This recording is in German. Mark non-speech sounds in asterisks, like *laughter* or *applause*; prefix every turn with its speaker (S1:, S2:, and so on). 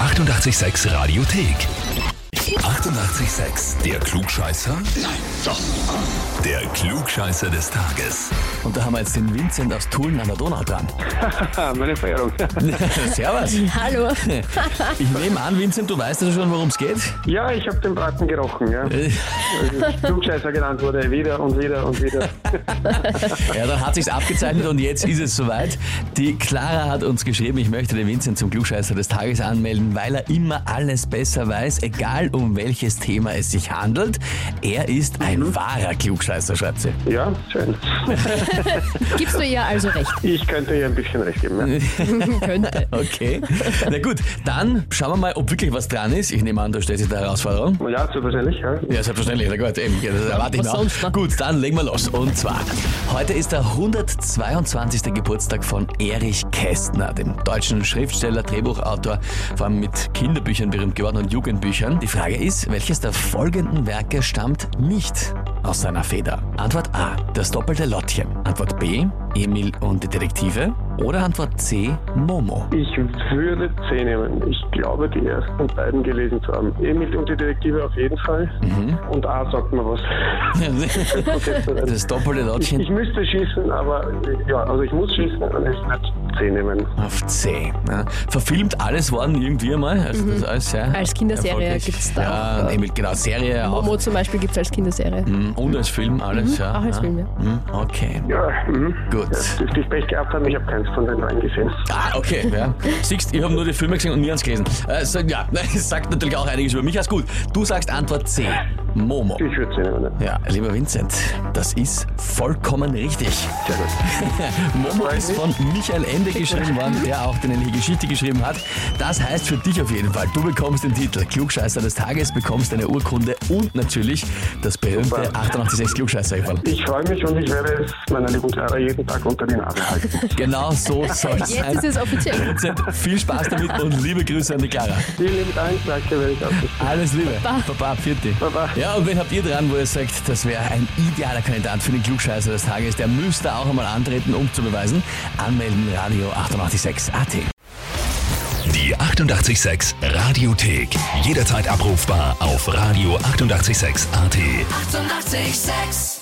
S1: 886 Radiothek. 88,6. Der Klugscheißer? Nein, doch. Der Klugscheißer des Tages.
S2: Und da haben wir jetzt den Vincent aus Tulln an der Donau dran.
S3: Ah, meine Feierung.
S2: Servus.
S4: Hallo.
S2: Ich nehme an, Vincent, du weißt ja schon, worum es geht.
S3: Ja, ich habe den Braten gerochen, ja.
S2: Äh,
S3: Weil ich Klugscheißer genannt wurde, wieder und wieder und wieder.
S2: Ja, dann hat sich's abgezeichnet und jetzt ist es soweit. Die Clara hat uns geschrieben, ich möchte den Vincent zum Klugscheißer des Tages anmelden, weil er immer alles besser weiß, egal um welches Thema es sich handelt. Er ist ein wahrer Klugscheißer, schreibt sie.
S3: Ja, schön.
S4: Gibst du ihr also recht? *laughs*
S3: Ich könnte ihr ein bisschen recht geben. Ja.
S4: Könnte.
S2: Okay. Na gut, dann schauen wir mal, ob wirklich was dran ist. Ich nehme an, da stellt sich der Herausforderung.
S3: Na Ja, selbstverständlich. Ja.
S2: Ja, selbstverständlich. Na gut, eben, das erwarte ich
S4: Was
S2: mir auch.
S4: sonst, ne?
S2: Gut, dann legen wir los. Und zwar, heute ist der 122. Geburtstag von Erich Kästner, dem deutschen Schriftsteller, Drehbuchautor, vor allem mit Kinderbüchern berühmt geworden und Jugendbüchern. Die Frage ist, welches der folgenden Werke stammt nicht aus seiner Feder? Antwort A, das doppelte Lottchen. Antwort B, Emil und die Detektive. Oder Antwort C,
S4: *laughs*
S2: Momo.
S3: Ich würde 10 nehmen. Ich glaube, die ersten beiden gelesen zu haben. Emil und die Detektive auf jeden Fall. Und A sagt mir was.
S2: Das doppelte
S3: Ich,
S2: Lottchen
S3: ich müsste schießen, aber ja, also ich muss schießen und ich würde 10 nehmen.
S2: Auf C. Ne? Verfilmt alles worden irgendwie einmal. Also das ist alles sehr
S4: Mhm. Als Kinderserie
S2: erfolgreich.
S4: gibt's da
S2: Ja,
S4: auch, äh,
S2: Emil, genau, Serie
S4: Momo zum Beispiel gibt es als Kinderserie.
S2: auch. Mm, Und als Film alles, ja.
S4: Mhm, auch als
S2: ja.
S4: Film, ja.
S2: Mm, Okay,
S3: Ja, mhm.
S2: gut.
S3: Dürfte ich Pech gehabt haben, ich habe keins von den beiden gesehen.
S2: Ah, okay, ja. Siehst, ich habe nur die Filme gesehen und nirgends gelesen. Äh, so, ja, *laughs* das sagt natürlich auch einiges über mich. Alles gut. Du sagst Antwort C. Momo.
S3: Ich würde 10 nehmen. ja.
S2: Ja, lieber Vincent, das ist vollkommen richtig.
S3: Sehr gut.
S2: *laughs* Momo ist von Michael Ende geschrieben worden, der auch die Nelly Geschichte geschrieben hat. Das heißt für dich auf jeden Fall, du bekommst den Titel Klugscheißer des Tages, bekommst deine Urkunde und natürlich das berühmte
S3: Super.
S2: 886 klugscheißer -Eferl.
S3: *laughs* Ich freue mich und ich werde es meiner lieben Clara jeden Tag unter die Nase halten.
S2: Genau so soll es
S4: Jetzt ist
S2: sein.
S4: es offiziell.
S2: Vincent, viel Spaß damit und liebe Grüße an die Clara.
S3: Vielen lieben Dank, danke, werde ich auch.
S2: Alles Liebe. Papa, Pfiatti.
S3: Baba.
S2: Ja, und wen habt ihr dran, wo ihr sagt, das wäre ein idealer Kandidat für den Klugscheißer des Tages, der müsste auch einmal antreten, um zu beweisen? Anmelden, Radio 886 AT.
S1: Die 88,6 Radiothek. Jederzeit abrufbar auf radio886.at. 88,6.
S5: 886